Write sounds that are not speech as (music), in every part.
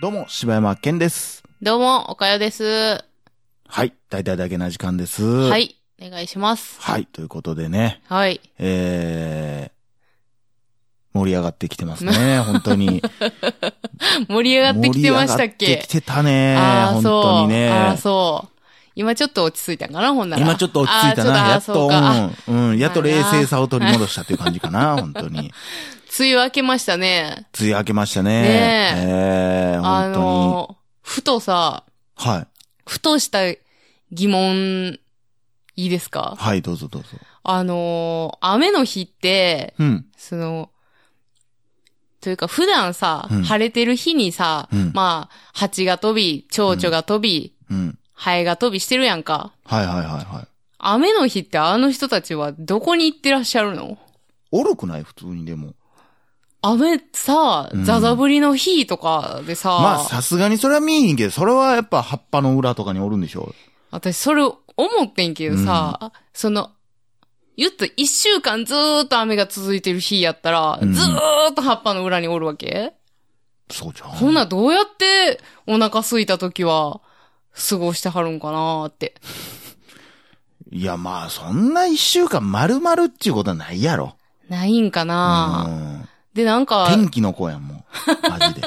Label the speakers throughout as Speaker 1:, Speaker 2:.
Speaker 1: どうも、柴山健です。
Speaker 2: どうも、おかよです。
Speaker 1: はい。大体だけな時間です。
Speaker 2: は
Speaker 1: はい。
Speaker 2: い。お願いします。
Speaker 1: ということでね、
Speaker 2: はい。
Speaker 1: えー、盛り上がってきてます
Speaker 2: (laughs)
Speaker 1: ね、本当に。
Speaker 2: 盛り上がってきてましたっ
Speaker 1: 盛り上がって
Speaker 2: け
Speaker 1: きてたね、
Speaker 2: ああ、
Speaker 1: 本
Speaker 2: そう。
Speaker 1: 当に
Speaker 2: ああ、
Speaker 1: ね。
Speaker 2: そう。今ちょっと落ち着いたんかな、ほんなら。
Speaker 1: 今ちょっと落ち着いたな、
Speaker 2: あ
Speaker 1: や
Speaker 2: ー
Speaker 1: っ
Speaker 2: ちょ
Speaker 1: と、
Speaker 2: っとあー
Speaker 1: うん、うん、やっと冷静さを取り戻したっていう感じかな、本当に。
Speaker 2: 梅雨明けましたね。
Speaker 1: 梅雨明けましたね。
Speaker 2: ねえ
Speaker 1: えー
Speaker 2: あ
Speaker 1: 本当に。
Speaker 2: のー、ふとさ、
Speaker 1: はい。
Speaker 2: ふとした疑問、いいですか
Speaker 1: はい、どうぞどうぞ。
Speaker 2: あのー、雨の日って、
Speaker 1: うん。
Speaker 2: その、というか普段さ、
Speaker 1: うん
Speaker 2: 晴れてる日にさ、
Speaker 1: うん
Speaker 2: まあ、蜂が飛び、蝶々が飛び、
Speaker 1: うん。
Speaker 2: ハエが飛びしてるやんか。
Speaker 1: はいはいはいはい。
Speaker 2: 雨の日ってあの人たちはどこに行ってらっしゃるの
Speaker 1: おるくない普通にでも。
Speaker 2: 雨さ
Speaker 1: う、ん
Speaker 2: ザザ降りの日とかでさ、
Speaker 1: まあ、さすがにそれは見えへんけど、それはやっぱ葉っぱの裏とかにおるんでしょ
Speaker 2: 私それ思ってんけどさ、その、言っと一週間ずーっと雨が続いてる日やったら、
Speaker 1: うん
Speaker 2: ずーっと葉っぱの裏におるわけ、
Speaker 1: そうじゃん。
Speaker 2: ほんならどうやってお腹空いた時は過ごしてはるんかなーって。
Speaker 1: いや、まあ、そんな一週間丸々っていうことはないやろ。
Speaker 2: ないんかな、
Speaker 1: うん
Speaker 2: で、なんか、
Speaker 1: 天気の子やん、もう。マジで。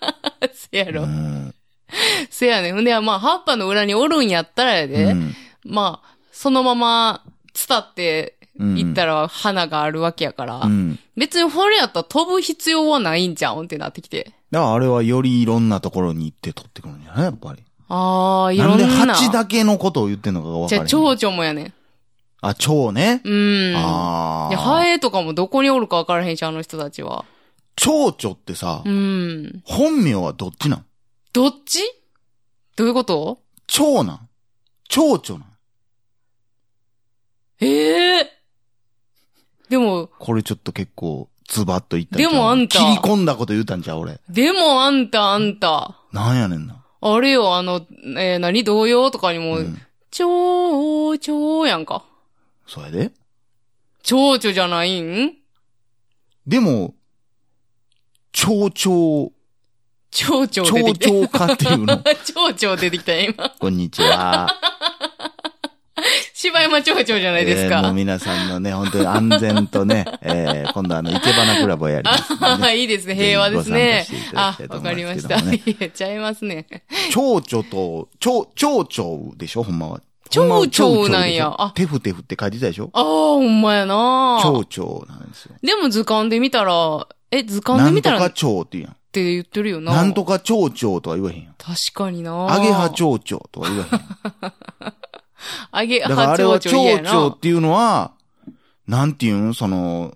Speaker 2: (laughs) せやろ。
Speaker 1: うん
Speaker 2: せやねん。ほんで、まあ、葉っぱの裏におるんやったらやで、
Speaker 1: うん
Speaker 2: まあ、そのまま伝って
Speaker 1: うん
Speaker 2: 行ったら花があるわけやから、
Speaker 1: うん。
Speaker 2: 別にこれやったら飛ぶ必要はないんじゃうんってなってきて。
Speaker 1: だからあれはよりいろんなところに行って取ってくるんじゃないやっぱり。
Speaker 2: ああ、い
Speaker 1: な
Speaker 2: ろ
Speaker 1: ん
Speaker 2: ん
Speaker 1: で
Speaker 2: な。
Speaker 1: 蜂だけのことを言ってんのかが分
Speaker 2: じ
Speaker 1: から
Speaker 2: ゃあ、
Speaker 1: へん。
Speaker 2: 蝶々もやねん。
Speaker 1: あ、蝶ね。
Speaker 2: うん。
Speaker 1: ああ。
Speaker 2: いや、ハエとかもどこにおるか分からへんし、あの人たちは。
Speaker 1: 蝶々ってさ、
Speaker 2: うん。
Speaker 1: 本名はどっちなん
Speaker 2: どっちどういうこと
Speaker 1: 蝶なん蝶々なん
Speaker 2: ええでも、
Speaker 1: これちょっと結構、ズバッと言ったんちゃう
Speaker 2: でもあんた
Speaker 1: 切り込んだこと言うたんじゃう俺。
Speaker 2: でもあんたあんた、
Speaker 1: なんやねんな。
Speaker 2: あれよ、あの、えー何童謡とかにも、
Speaker 1: うん
Speaker 2: 蝶、蝶やんか。
Speaker 1: それで
Speaker 2: 蝶々じゃないん
Speaker 1: でも、蝶々、蝶
Speaker 2: 蝶々出てきて。。
Speaker 1: 々化っていうの
Speaker 2: (laughs) 蝶々出てきたよ、今。
Speaker 1: こんにちは。
Speaker 2: 柴山蝶々じゃないです
Speaker 1: えーもう
Speaker 2: か。
Speaker 1: 皆さんのね、本当に安全とね、えー今度あの、いけばなクラブをやりますんで
Speaker 2: (laughs) あ
Speaker 1: ね。
Speaker 2: あ、いいですね。平和ですね
Speaker 1: ぜひご参加してい。ただきたい、と思
Speaker 2: あわか
Speaker 1: い
Speaker 2: り
Speaker 1: ま
Speaker 2: ます
Speaker 1: け
Speaker 2: し
Speaker 1: ど
Speaker 2: た。 (laughs)
Speaker 1: もね
Speaker 2: 言っちゃいますね。
Speaker 1: 蝶々と、蝶、蝶々でしょほんまは。
Speaker 2: 蝶
Speaker 1: ほん
Speaker 2: 々
Speaker 1: まはでしょ
Speaker 2: なんやあ
Speaker 1: テフテフって書いてたでしょ
Speaker 2: ああ、ほんまやな
Speaker 1: 蝶々なんですよ。
Speaker 2: でも図鑑で見たら、え、図鑑
Speaker 1: な
Speaker 2: で
Speaker 1: ん
Speaker 2: 見
Speaker 1: と
Speaker 2: たら
Speaker 1: か
Speaker 2: っ
Speaker 1: 蝶って言うやん。
Speaker 2: て言ってるよな。
Speaker 1: なんとか蝶々とは言わへんやん。
Speaker 2: 確かにな
Speaker 1: アゲハ蝶々とは言
Speaker 2: (laughs)
Speaker 1: わへんやん。
Speaker 2: 揚げ
Speaker 1: だからあれ
Speaker 2: 波蝶
Speaker 1: は
Speaker 2: 々
Speaker 1: 蝶
Speaker 2: 嫌や
Speaker 1: 々っ
Speaker 2: な。
Speaker 1: ていうのは、なんていうんその、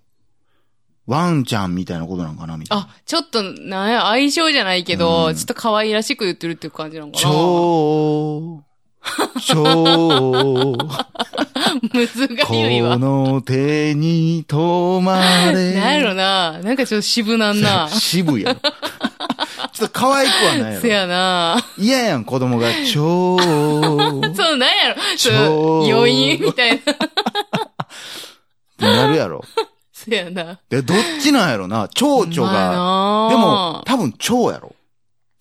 Speaker 1: ワンちゃんみたいなことなんかなみたいな。
Speaker 2: あ、ちょっと、なんや、相性じゃないけど、
Speaker 1: うん
Speaker 2: ちょっと可愛らしく言ってるっていう感じなのかな。
Speaker 1: 蝶、蝶、
Speaker 2: (laughs) むずがゆい
Speaker 1: こ
Speaker 2: わ。
Speaker 1: の手に止まれ。。
Speaker 2: (laughs) なんやろな。なんかちょっと渋なんな
Speaker 1: (laughs)
Speaker 2: (laughs)
Speaker 1: 渋いやろ。ちょっと可愛くはないや
Speaker 2: せ
Speaker 1: ろ。
Speaker 2: やな。
Speaker 1: 嫌やん、子供が。蝶、
Speaker 2: そう、なんやろ。
Speaker 1: ちょ
Speaker 2: そう、余韻みたいな。 (laughs)
Speaker 1: なるやろ。
Speaker 2: せやな。
Speaker 1: で、どっちなんやろな。蝶々が。
Speaker 2: が
Speaker 1: でも、、多分蝶やろ。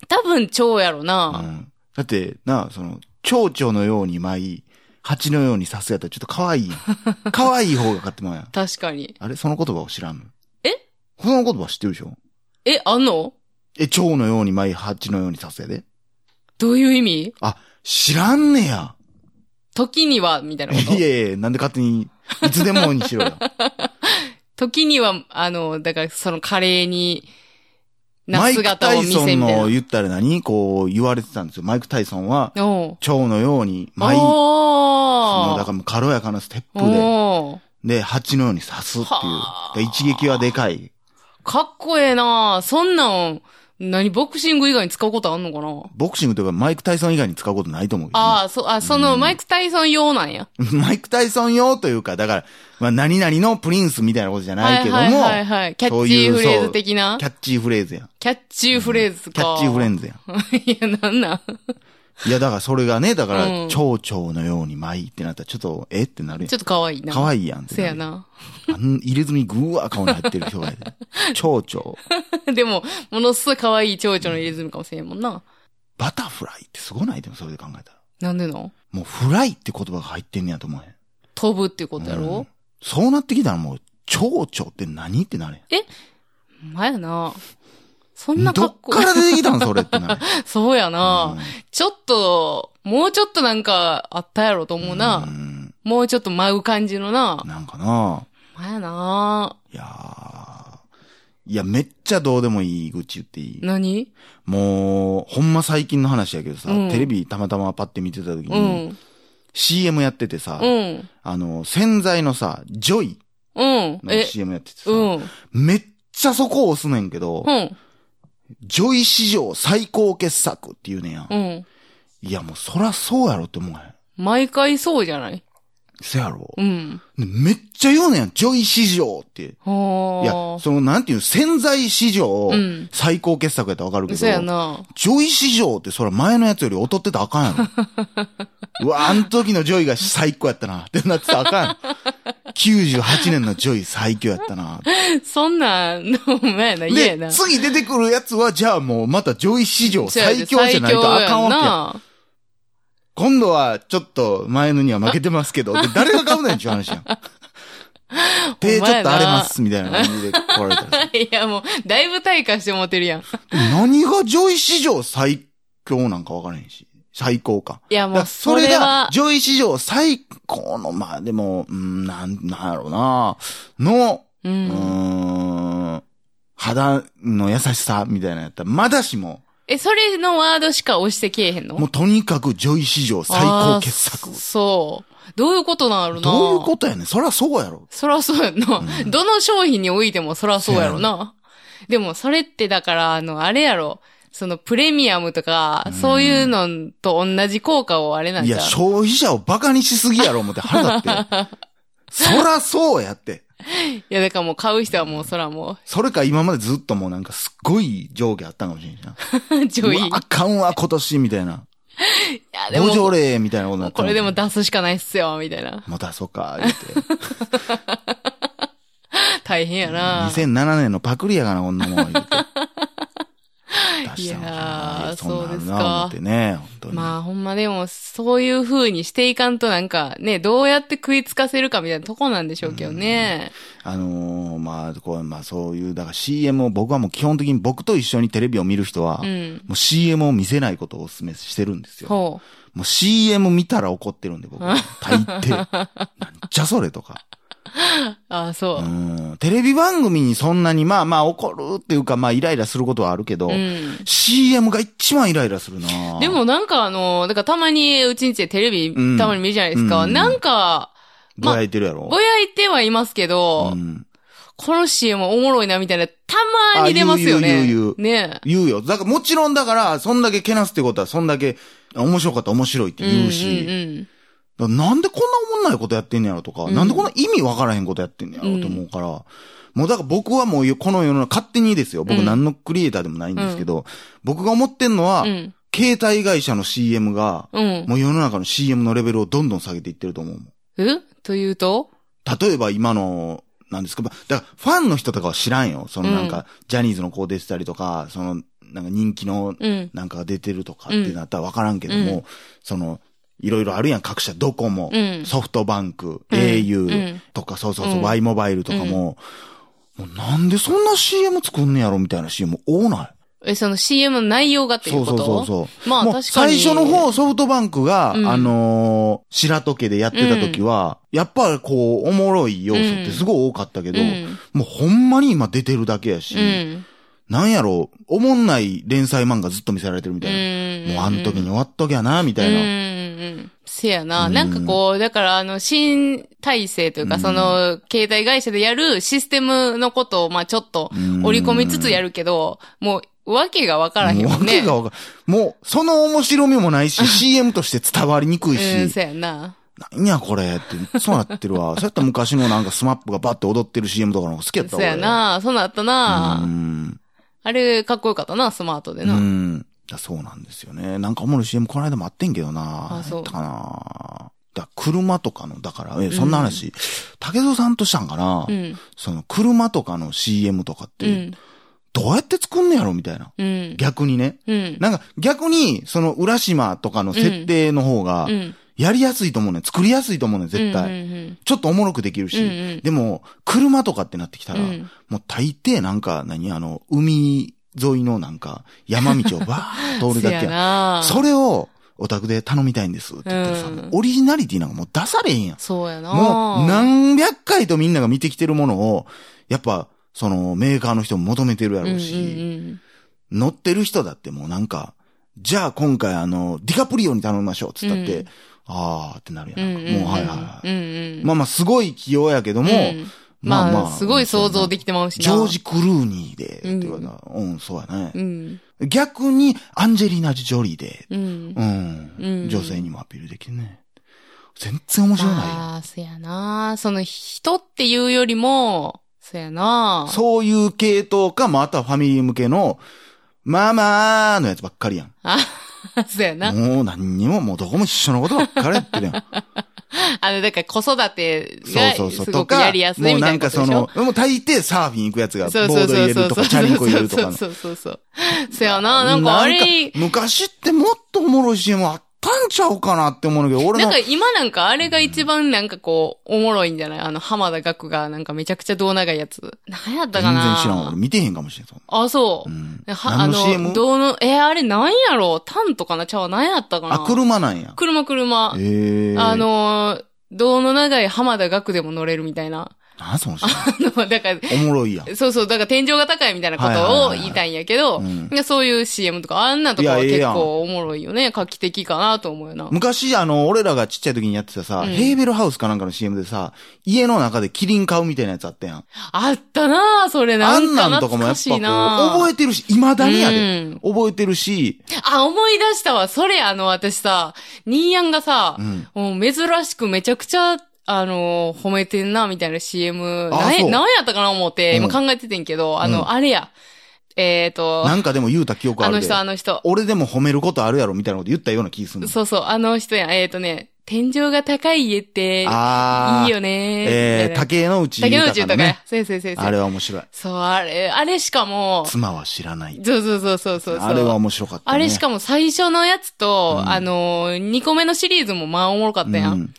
Speaker 2: 多分蝶やろ
Speaker 1: う
Speaker 2: な。
Speaker 1: んだって、なあ、その、蝶々のように舞い、蜂のように刺すやったらちょっと可
Speaker 2: (laughs)
Speaker 1: 愛いやん。可愛い方が買ってまうやん。
Speaker 2: 確かに。
Speaker 1: あれその言葉を知らんの
Speaker 2: え
Speaker 1: この言葉知ってるでしょ
Speaker 2: え、あんの
Speaker 1: え、蝶のように舞い、蜂のように刺すやで。
Speaker 2: どういう意味
Speaker 1: あ、知らんねや。
Speaker 2: 時には、みたいなこ
Speaker 1: い
Speaker 2: と。
Speaker 1: やいや、なんで勝手に、いつでもにしろよ。
Speaker 2: 時には、あの、だから、その華麗に、 (laughs) な
Speaker 1: マイク・
Speaker 2: 姿
Speaker 1: タ
Speaker 2: を
Speaker 1: イ
Speaker 2: 見
Speaker 1: ソ
Speaker 2: せ
Speaker 1: ン
Speaker 2: みた
Speaker 1: の
Speaker 2: い
Speaker 1: 言ったら何こう言われてたんですよ。マイク・タイソンは、
Speaker 2: な。おう。
Speaker 1: 蝶のように舞い、その
Speaker 2: おー
Speaker 1: だからもう軽やかなステップで、
Speaker 2: おー
Speaker 1: で、蜂のように刺すっていう。だ
Speaker 2: はあ
Speaker 1: から一撃はでかい。
Speaker 2: かっこええなそんなん、何、ボクシング以外に使うことあんのかな
Speaker 1: ボクシングというかマイク・タイソン以外に使うことないと思うけどね、
Speaker 2: ああ、そ、あ、その、マイク・タイソン用なんや。
Speaker 1: (laughs) マイク・タイソン用というか、だから、まあ、何々のプリンスみたいなことじゃないけども、
Speaker 2: はいはいはいはい。キャ
Speaker 1: そう
Speaker 2: ッチ
Speaker 1: いう
Speaker 2: ーフレーズ的な
Speaker 1: キャッチーフレーズやん。
Speaker 2: キャッチーフレーズ
Speaker 1: キ
Speaker 2: か。 (laughs)
Speaker 1: ャッチーフレーズやん。
Speaker 2: ーズ。いや、なんなん
Speaker 1: いや、だからそれがね、だから
Speaker 2: う、ん
Speaker 1: 蝶々のように舞いってなったら、ちょっと、えってなるや
Speaker 2: ちょっと可愛い
Speaker 1: ん。
Speaker 2: な。
Speaker 1: かわ
Speaker 2: い
Speaker 1: いいやんって
Speaker 2: せ
Speaker 1: な
Speaker 2: や
Speaker 1: る。
Speaker 2: な。 (laughs)
Speaker 1: あん入れ墨ぐわー顔に入ってる人がいる。蝶々。
Speaker 2: でも、ものすごい可愛い蝶々の入れ墨かもしれんもんな。
Speaker 1: バタフライってすごないでもそれで考えたら。
Speaker 2: なんでの
Speaker 1: もうフライって言葉が入ってんねやと思うへん。
Speaker 2: 飛ぶっていうことや
Speaker 1: う
Speaker 2: ろ
Speaker 1: ん、そうなってきたらもう、蝶々って何ってなる
Speaker 2: ほんまやな。そ
Speaker 1: や
Speaker 2: ん
Speaker 1: ん。
Speaker 2: な
Speaker 1: ど
Speaker 2: かっ
Speaker 1: っ
Speaker 2: こ
Speaker 1: か
Speaker 2: いい。
Speaker 1: ら出てきたのそれって
Speaker 2: (laughs)
Speaker 1: なる。
Speaker 2: そうやな、
Speaker 1: うん
Speaker 2: ちょっと、もうちょっとなんかあったやろと思うな。
Speaker 1: ん
Speaker 2: もうちょっと舞う感じのな。
Speaker 1: なんかな
Speaker 2: ほんまやない
Speaker 1: やーいや、めっちゃどうでもいい愚痴言っていい。
Speaker 2: 何
Speaker 1: もう、ほんま最近の話やけどさ、
Speaker 2: うん
Speaker 1: テレビたまたまパッて見てた時
Speaker 2: う
Speaker 1: に、
Speaker 2: ん。
Speaker 1: CM やっててさ、
Speaker 2: うん。
Speaker 1: あの、洗剤のさ、ジョイ
Speaker 2: うん。
Speaker 1: の
Speaker 2: え、
Speaker 1: CM やっててさ、
Speaker 2: うん。
Speaker 1: めっちゃそこを押すねんけど、
Speaker 2: うん。
Speaker 1: ジョイ史上最高傑作って言うねんや、
Speaker 2: うん。
Speaker 1: いや、もうそらそうやろって思うへん。
Speaker 2: 毎回そうじゃない
Speaker 1: せやろ、
Speaker 2: うん。
Speaker 1: でめっちゃ言うねんや、ジョイ史上って。
Speaker 2: はい
Speaker 1: や、
Speaker 2: あ。
Speaker 1: その、なんていう、潜在史上
Speaker 2: うん、
Speaker 1: 最高傑作やったらわかるけど、
Speaker 2: そうやな。 (laughs)
Speaker 1: ジョイ史上ってそれ前のやつより劣ってたらあかんや
Speaker 2: (laughs)
Speaker 1: ろ。うわ、あの時のジョイが最高やったな、ってなってたらあかんやろ。98年のジョイ最強やった
Speaker 2: (laughs)
Speaker 1: な。
Speaker 2: そんなん、 (laughs) ほんまやな、嫌や
Speaker 1: で
Speaker 2: な、。
Speaker 1: 次出てくるやつは、じゃあもうまたジョイ史上最強じゃないとあかんわけや。
Speaker 2: わ
Speaker 1: 今度はちょっと前のには負けてます
Speaker 2: (laughs)
Speaker 1: けど、で誰が買うねんっていう話やん。で、ちょっと荒れます、みたいな感じで来られたらさ。
Speaker 2: けや。いや、もう、だいぶ退化してもてるやん。
Speaker 1: 何がジョイ史上最強なんか分からへんし。最高か。
Speaker 2: いや、
Speaker 1: だ
Speaker 2: も
Speaker 1: か
Speaker 2: う、
Speaker 1: ら
Speaker 2: そ
Speaker 1: そ
Speaker 2: れ
Speaker 1: れが
Speaker 2: は、、
Speaker 1: ジョイ史上最高の、まあでも、うん、なん、なんやろうな、の、
Speaker 2: う。
Speaker 1: うんーん、肌の優しさみたいなやったら、まだしも、
Speaker 2: え、それのワードしか押してけえへんの
Speaker 1: もうとにかくジョイ史上最高傑
Speaker 2: あ
Speaker 1: 作
Speaker 2: ー。そう。どういうことなんやろな。
Speaker 1: どういうことやねん。そりゃそうやろ。
Speaker 2: そらそうやんな。
Speaker 1: うん
Speaker 2: どの商品においてもそらそうやろ
Speaker 1: そ
Speaker 2: な。でもそれってだから、あの、あれやろ。そのプレミアムとか、
Speaker 1: うん
Speaker 2: そういうのと同じ効果をあれなん
Speaker 1: い
Speaker 2: じゃ
Speaker 1: や、
Speaker 2: う
Speaker 1: 消費者をバカにしすぎやろ、思って腹立
Speaker 2: (laughs)
Speaker 1: って。そらそうやって。
Speaker 2: いや、だからもう買う人はもうそらも
Speaker 1: それか今までずっともうなんかすっごい上下あったんかもしれんしな。
Speaker 2: (laughs) う、上位。いう
Speaker 1: わあかんわ、今年、みたいな。
Speaker 2: や、で
Speaker 1: 同
Speaker 2: も、
Speaker 1: 情令みたいなことになった
Speaker 2: こ
Speaker 1: の
Speaker 2: れでも出すしかないっすよ、みたいな。
Speaker 1: またそうか、
Speaker 2: (laughs)
Speaker 1: 言って。
Speaker 2: 大変やな。
Speaker 1: 2007年のパクリやがな、こんなもん、言って。出したのか
Speaker 2: (laughs) い
Speaker 1: な
Speaker 2: やー
Speaker 1: そんなんある
Speaker 2: そうですか
Speaker 1: な、思ってね、本当に。
Speaker 2: まあほんまでも、そういう風にしていかんとなんか、ね、どうやって食いつかせるかみたいなとこなんでしょうけどね。
Speaker 1: あのー、まあ、こう、まあそういう、だから CM を僕はもう基本的に僕と一緒にテレビを見る人は、
Speaker 2: うん。
Speaker 1: もう CM を見せないことをお勧めしてるんですよ。
Speaker 2: ほう。
Speaker 1: もう CM 見たら怒ってるんで僕は。大抵。なんじゃそれとか。
Speaker 2: ああ、そう。
Speaker 1: うんテレビ番組にそんなに、まあまあ怒るっていうか、まあイライラすることはあるけど、
Speaker 2: うん。
Speaker 1: CM が一番イライラするな
Speaker 2: で、もなんかあの、だからたまにうちんちでテレビ
Speaker 1: うん
Speaker 2: たまに見るじゃないですか。
Speaker 1: うん
Speaker 2: なんか、
Speaker 1: ぼやいてるやろ。
Speaker 2: ぼやいてはいますけど、
Speaker 1: うん
Speaker 2: この CM おもろいなみたいな、たまに出ますよ
Speaker 1: あ言う
Speaker 2: ね。
Speaker 1: 言う
Speaker 2: ね
Speaker 1: 言うよ。だからもちろんだから、そんだけけなすってことは、そんだけあ面白かった、面白いって
Speaker 2: え。
Speaker 1: 言うし、
Speaker 2: うんうん
Speaker 1: だからなんでこんなおもんないことやってんねやろとか、
Speaker 2: うん
Speaker 1: なんでこんな意味わからへんことやってんねやろと思うから、もうだから僕はもうこの世の中勝手にですよ。
Speaker 2: う
Speaker 1: 僕
Speaker 2: ん
Speaker 1: 何のクリエイターでもないんですけど、僕が思ってんのは、
Speaker 2: うん。
Speaker 1: 携帯会社の CM が、
Speaker 2: うん。うん。
Speaker 1: もう世の中の CM のレベルをどんどん下げていってると思うもん。
Speaker 2: えというと
Speaker 1: 例えば今の、なんですか、まあだからファンの人とかは知らんよ。そのなんか、ジャニーズの子出てたりとか、その、なんか人気の
Speaker 2: うん。
Speaker 1: なんかが出てるとかってなったらわからんけども、
Speaker 2: うん
Speaker 1: その、いろいろあるやん、各社、ドコモ、
Speaker 2: うん
Speaker 1: ソフトバンク、
Speaker 2: うん
Speaker 1: au とか、そうそうそう、
Speaker 2: うん
Speaker 1: Y モバイルとかも、もうなんでそんな CM 作んねやろみたいな CM 多ない。
Speaker 2: え、その CM の内容がってい
Speaker 1: そうう
Speaker 2: こ
Speaker 1: そう
Speaker 2: と
Speaker 1: そうそう。
Speaker 2: まあ
Speaker 1: もう
Speaker 2: 確かに。
Speaker 1: 最初の方、ソフトバンクが、
Speaker 2: うん
Speaker 1: あのー白戸家でやってた時は、やっぱりこう、おもろい要素ってすごい多かったけど、
Speaker 2: うん。
Speaker 1: もうほんまに今出てるだけやし、
Speaker 2: うん。
Speaker 1: なんやろ、おもんない連載漫画ずっと見せられてるみたいな。
Speaker 2: うん。
Speaker 1: もうあの時に終わっときゃな、みたい
Speaker 2: うんう
Speaker 1: な。
Speaker 2: んうん。せやな。
Speaker 1: うん
Speaker 2: なんかこう、だからあの、新体制というか、
Speaker 1: うん
Speaker 2: その、携帯会社でやるシステムのことを、まあちょっと
Speaker 1: うん
Speaker 2: 織り込みつつやるけど、もう、わけがわからへん
Speaker 1: もう
Speaker 2: もんね。
Speaker 1: 訳がわかもう、その面白みもない
Speaker 2: (laughs)
Speaker 1: し、CM として伝わりにくい
Speaker 2: うん、
Speaker 1: し、
Speaker 2: せやな。
Speaker 1: なんやこれって、そうなってる
Speaker 2: (laughs)
Speaker 1: わ。そうやったら昔のなんかスマップがバッて踊ってる CM とかの方が好きやった
Speaker 2: そ
Speaker 1: わ。
Speaker 2: やな。そうなった
Speaker 1: 俺。う
Speaker 2: な。
Speaker 1: ん。
Speaker 2: あれ、かっこよかったな、スマートで
Speaker 1: う
Speaker 2: な。
Speaker 1: ん。だそうなんですよね。なんかおもろい CM この間もあってんけどな。
Speaker 2: あ
Speaker 1: や
Speaker 2: そう
Speaker 1: ったかな。だ車とかの、だから、え、そんな話、竹蔵さんとしたんかな、
Speaker 2: うん。
Speaker 1: その車とかの CM とかっ
Speaker 2: う
Speaker 1: て、
Speaker 2: ん。
Speaker 1: どうやって作んねやろみたいな。
Speaker 2: うん。
Speaker 1: 逆にね。
Speaker 2: うん。
Speaker 1: なんか逆に、その浦島とかの設定の方が
Speaker 2: う、ん。
Speaker 1: やりやすいと思うねん。作りやすいと思うねん、絶対。
Speaker 2: うんうん
Speaker 1: ちょっとおもろくできるし。
Speaker 2: うんうん
Speaker 1: でも、車とかってなってきたら、
Speaker 2: うん
Speaker 1: もう大抵なんか、何あの、海沿いのなんか、山道をバーッと
Speaker 2: うん。
Speaker 1: 通る
Speaker 2: せ (laughs)
Speaker 1: だけやん。
Speaker 2: やな
Speaker 1: それを、お宅で頼みたいんですって言ったらさ、
Speaker 2: うん
Speaker 1: もうオリジナリティなんかもう出されへんやん。
Speaker 2: そうやな
Speaker 1: もう、何百回とみんなが見てきてるものを、やっぱ、その、メーカーの人も求めてるやろうし、
Speaker 2: うん
Speaker 1: 乗ってる人だってもうなんか、じゃあ今回あの、ディカプリオに頼みましょうっつったって、
Speaker 2: うん
Speaker 1: あーってなるや
Speaker 2: うん
Speaker 1: ん
Speaker 2: う
Speaker 1: か。
Speaker 2: ん。うんんん
Speaker 1: もうはいはいはい。
Speaker 2: うんうん。
Speaker 1: まあまあすごい器用やけども、
Speaker 2: うんまあ、すごい想像で
Speaker 1: き
Speaker 2: きてまうし
Speaker 1: ジ
Speaker 2: な。
Speaker 1: ョージ・クルーニーで、って
Speaker 2: うん
Speaker 1: いうことは、うん、そうやね
Speaker 2: う。ん。
Speaker 1: 逆に、アンジェリーナ・ジョリーで、
Speaker 2: うん。
Speaker 1: うん、
Speaker 2: うん
Speaker 1: 女性にもアピールできるね。全然面白ないよ。
Speaker 2: まあ、そやなその人っていうよりも、そやな
Speaker 1: そういう系統か、まあ、あとはファミリー向けの、ママーのやつばっかりやん。
Speaker 2: あ、そやな。
Speaker 1: もう何にも、もうどこも一緒のことばっかりやってるやん。
Speaker 2: あの、だから子育て
Speaker 1: そうそう
Speaker 2: が
Speaker 1: そう。
Speaker 2: す
Speaker 1: と
Speaker 2: ごく
Speaker 1: か、
Speaker 2: やりやすい
Speaker 1: もう
Speaker 2: み
Speaker 1: な
Speaker 2: たい
Speaker 1: ん
Speaker 2: な
Speaker 1: か
Speaker 2: こと
Speaker 1: そ
Speaker 2: でし
Speaker 1: の
Speaker 2: ょ、
Speaker 1: もう大抵サーフィン行くやつが、ボ
Speaker 2: そう
Speaker 1: ー
Speaker 2: そ
Speaker 1: ド
Speaker 2: うそ
Speaker 1: 入
Speaker 2: う
Speaker 1: れ
Speaker 2: そう
Speaker 1: る
Speaker 2: そ
Speaker 1: と
Speaker 2: う。
Speaker 1: か、チャリンコ入れるとかの。
Speaker 2: そうそうそうそう。そやななんかあれ、
Speaker 1: なんか昔ってもっとおもろい CM あったんちゃうかなって思うけど、俺
Speaker 2: なん
Speaker 1: の
Speaker 2: か、今なんかあれが一番なんかこう、おもろいんじゃないあの、浜田学がなんかめちゃくちゃ胴長いやつ。何やった
Speaker 1: 全
Speaker 2: かな
Speaker 1: 然知らん。俺見てへんかもしれん。そんな
Speaker 2: あ、そうう。
Speaker 1: ん。
Speaker 2: はあ
Speaker 1: 何の CM?
Speaker 2: の、どうの、えーあれなんやろタンとかなちゃう何やったかな
Speaker 1: あ、車なんや。
Speaker 2: 車車。
Speaker 1: ええ。
Speaker 2: あ、のー、胴の長い浜田学でも乗れるみたいな。 (laughs)
Speaker 1: なんその CM
Speaker 2: あの、だから、
Speaker 1: おもろいやん。
Speaker 2: そうそう、だから天井が高いみたいなこ
Speaker 1: はいはい
Speaker 2: とを
Speaker 1: はいはい
Speaker 2: 言いたいんやけど、
Speaker 1: うん
Speaker 2: いやそういう CM とか、あんなとかはい
Speaker 1: やええ
Speaker 2: 結
Speaker 1: やん
Speaker 2: 構おもろいよね。画期的かなと思うよな。
Speaker 1: 昔、あの、俺らがちっちゃい時にやってたさ、
Speaker 2: うん
Speaker 1: ヘーベルハウスかなんかの CM でさ、家の中でキリン買うみたいなやつあったやん。
Speaker 2: あったなぁ、それな
Speaker 1: あ
Speaker 2: ん
Speaker 1: ん
Speaker 2: か
Speaker 1: なんとかもや
Speaker 2: 懐か
Speaker 1: っ
Speaker 2: し
Speaker 1: ぱこ
Speaker 2: いな
Speaker 1: う、覚
Speaker 2: え
Speaker 1: えてるし、未だにやで。
Speaker 2: うん
Speaker 1: 覚えてるし、
Speaker 2: あ、思い出したわ。それ、あの、私さ、ニーヤンがさ
Speaker 1: う、ん。
Speaker 2: もう珍しくめちゃくちゃ、あのー、褒めてんな、みたいな CM。
Speaker 1: あ
Speaker 2: なん
Speaker 1: そう
Speaker 2: や、なんやったかな思って、
Speaker 1: うん
Speaker 2: 今考えててんけど、あの、
Speaker 1: うん
Speaker 2: あれや。えっ、と、
Speaker 1: なんかでも言うた記憶あ
Speaker 2: あの
Speaker 1: るで
Speaker 2: 人、。あの人。
Speaker 1: 俺でも褒めることあるやろみたいなこと言ったような気する
Speaker 2: そうそう、あの人や。えっ、とね、天井が高い家って、い
Speaker 1: あー
Speaker 2: いよね
Speaker 1: えー、
Speaker 2: みたいな
Speaker 1: 竹の内
Speaker 2: 竹
Speaker 1: 豊
Speaker 2: 野
Speaker 1: の
Speaker 2: 内とかや
Speaker 1: ね。。
Speaker 2: そうそうそうそう。
Speaker 1: あれは面白い。
Speaker 2: そう、あれ、あれしかも、
Speaker 1: 妻は知らない。
Speaker 2: そうそうそうそうそう。
Speaker 1: あれは面白かったね。
Speaker 2: あれしかも最初のやつと、
Speaker 1: うん
Speaker 2: あのー、2個目のシリーズもまあおもろかったや。
Speaker 1: うんん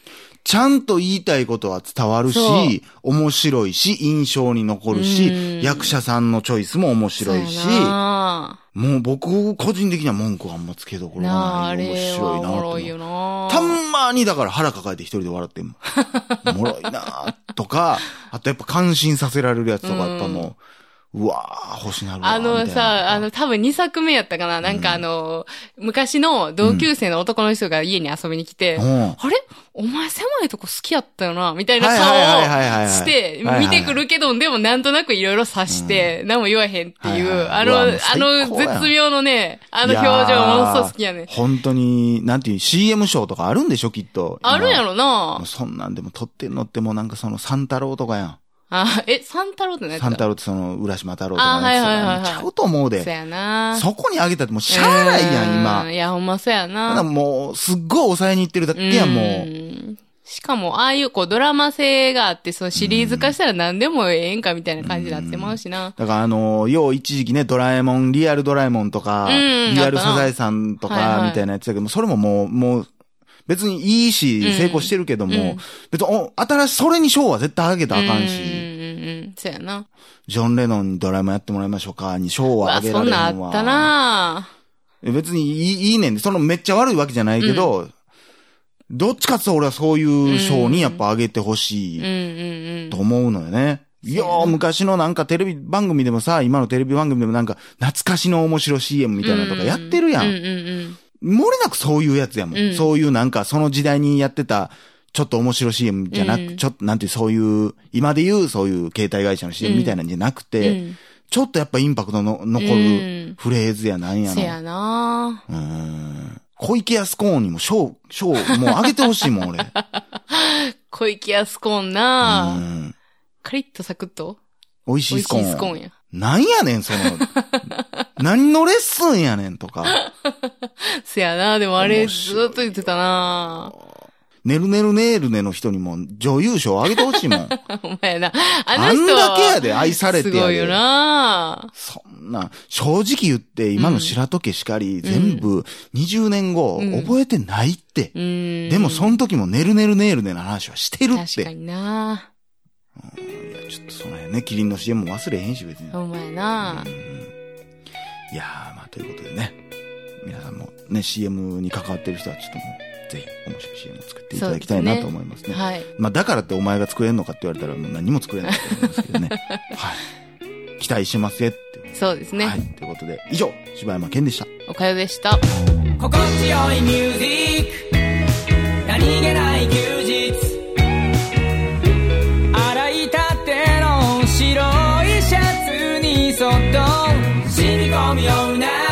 Speaker 1: ちゃんと言いたいことは伝わる
Speaker 2: そう
Speaker 1: し、面白いし、印象に残るし、
Speaker 2: うん
Speaker 1: 役者さんのチョイスも面白いし、
Speaker 2: そうやな
Speaker 1: もう僕個人的には文句はあんまつけどこ
Speaker 2: あ
Speaker 1: ろが
Speaker 2: なあ、あ
Speaker 1: ない。面
Speaker 2: れ
Speaker 1: 白
Speaker 2: はいお
Speaker 1: な
Speaker 2: も
Speaker 1: と思
Speaker 2: ろ
Speaker 1: う
Speaker 2: いよな
Speaker 1: たんまにだから腹抱えて一人で笑ってんもん。
Speaker 2: (laughs)
Speaker 1: おもろいなとか、あとやっぱ感心させられるやつとかやっぱもう、うわぁ、星なるわ
Speaker 2: あの
Speaker 1: みたいな
Speaker 2: さ、あの、多分2作目やったかななんかあのー、昔の同級生の男の人が家に遊びに来て、
Speaker 1: うん
Speaker 2: あれお前狭いとこ好きやったよなみたいな
Speaker 1: はい
Speaker 2: 顔
Speaker 1: はいはいはいはい
Speaker 2: をして、見てくるけど、でもなんとなくいろいろ察して、何も言わへんっていう、
Speaker 1: は
Speaker 2: あ
Speaker 1: いはい
Speaker 2: の、
Speaker 1: はい
Speaker 2: あ
Speaker 1: うわもう最
Speaker 2: の
Speaker 1: 高やん
Speaker 2: 絶妙のね、あの
Speaker 1: いや
Speaker 2: 表
Speaker 1: ー
Speaker 2: 情ものすごい好きやね。
Speaker 1: 本当に、なんていう、CM ショーとかあるんでしょ、きっと。
Speaker 2: あるやろ
Speaker 1: も
Speaker 2: な
Speaker 1: うそんなんでも撮ってんのってもうなんかその三太郎とかやん。
Speaker 2: あ、え、三太郎って何やった
Speaker 1: 三太郎ってその浦島太郎とかの
Speaker 2: あ
Speaker 1: やつと
Speaker 2: は
Speaker 1: か
Speaker 2: いはいは
Speaker 1: や
Speaker 2: いは
Speaker 1: ん
Speaker 2: い
Speaker 1: ちゃうと思う
Speaker 2: そ
Speaker 1: で。
Speaker 2: やな
Speaker 1: そこにあげたってもうしゃあないやん、今。だ
Speaker 2: うんいや、ほんまそうや
Speaker 1: から
Speaker 2: な。
Speaker 1: もう、すっごい抑えにいってるだけやん、もう。
Speaker 2: んしかも、ああいうこうドラマ性があって、そのシリーズ化したら何でもええんかみたいな感じになってまうしな。
Speaker 1: だからあのー、よう一時期ね、ドラえもん、リアルドラえもんとか、
Speaker 2: うん
Speaker 1: リアルサザエさんと
Speaker 2: はい
Speaker 1: か、
Speaker 2: はい
Speaker 1: みたいなやつだけど、もうそれももう、もう、別にいいし
Speaker 2: うん、
Speaker 1: 成功してるけども、
Speaker 2: うん
Speaker 1: 別にお、新しい、それに賞は絶対あげたらあかんし、
Speaker 2: うんうんうんうん。そうやな。
Speaker 1: ジョン・レノンにドラえもんやってもらいましょうか、に賞
Speaker 2: う
Speaker 1: はあ
Speaker 2: わ、
Speaker 1: げられ
Speaker 2: そん
Speaker 1: る
Speaker 2: な
Speaker 1: わ。
Speaker 2: んあったな
Speaker 1: 別にいい、いいねんで、そのめっちゃ悪いわけじゃないけど、どっちかっていうと俺はそういう賞にやっぱあげてほしい
Speaker 2: うんうんうん
Speaker 1: と。思うのよね。
Speaker 2: うん
Speaker 1: いやー、昔のなんかテレビ番組でもさ、今のテレビ番組でもなんか懐かしの面白 CM みたいなのとかやってるや。
Speaker 2: うんうんん
Speaker 1: 漏れなくそういうやつやもん。
Speaker 2: うん
Speaker 1: そういうなんかその時代にやってた、ちょっと面白 CM じゃなく、
Speaker 2: うん
Speaker 1: ちょっとなんていうそういう、今で言うそういう携帯会社の CM みたいなんじゃなく
Speaker 2: うん。
Speaker 1: て、ちょっとやっぱインパクトの残る
Speaker 2: る。
Speaker 1: フレーズやなんやの。
Speaker 2: せやな
Speaker 1: うーん小池康子にも賞、賞、もうあげてほしい
Speaker 2: (laughs)
Speaker 1: もん、俺。う
Speaker 2: 小池屋スコーンな
Speaker 1: ーん
Speaker 2: カリッとサクッと
Speaker 1: 美味
Speaker 2: 美
Speaker 1: しい
Speaker 2: 味
Speaker 1: スコー
Speaker 2: しい
Speaker 1: ン。
Speaker 2: スコーンや。 (laughs)
Speaker 1: なんやねん、その。何のレッスンやねんとか。
Speaker 2: せやな、でもあれ
Speaker 1: 面
Speaker 2: ず
Speaker 1: 白い
Speaker 2: っと言ってたな。 (laughs)
Speaker 1: ねるねるねるねの人にも女優賞あげてほしいも
Speaker 2: (laughs)
Speaker 1: ん。
Speaker 2: お前な。あ
Speaker 1: あ
Speaker 2: の
Speaker 1: ん
Speaker 2: 人
Speaker 1: だけやで、
Speaker 2: で、
Speaker 1: 愛されて
Speaker 2: す
Speaker 1: やで。
Speaker 2: ごいよな。
Speaker 1: そんな、正直言って、今の白戸家しかり、全部20年後、
Speaker 2: うん
Speaker 1: 覚えてないって。
Speaker 2: うん。
Speaker 1: でも、その時もねるねるねるねの話はしてるっ
Speaker 2: 確か
Speaker 1: て。
Speaker 2: にな。
Speaker 1: いや、ちょっとその辺ね、キリンの CM も忘れへんし、別に。
Speaker 2: お前な
Speaker 1: う。んいやー、まあ、ということでね、皆さんもね、CM に関わってる人は、ちょっともう、ぜひ、面白い CM を作っていただきたいなと思いますね。
Speaker 2: はい。
Speaker 1: まあ、だからってお前が作れんのかって言われたら、もう何も作れないと思いますけ
Speaker 2: (laughs)
Speaker 1: どね。はい。期待してますよって。
Speaker 2: そうです
Speaker 1: はい。
Speaker 2: ね。
Speaker 1: ということで、以上、柴山健でした。
Speaker 2: おかよでした。
Speaker 3: 心地よいミュージック何気ない休日洗いたての白いシャツにそっと染み込むような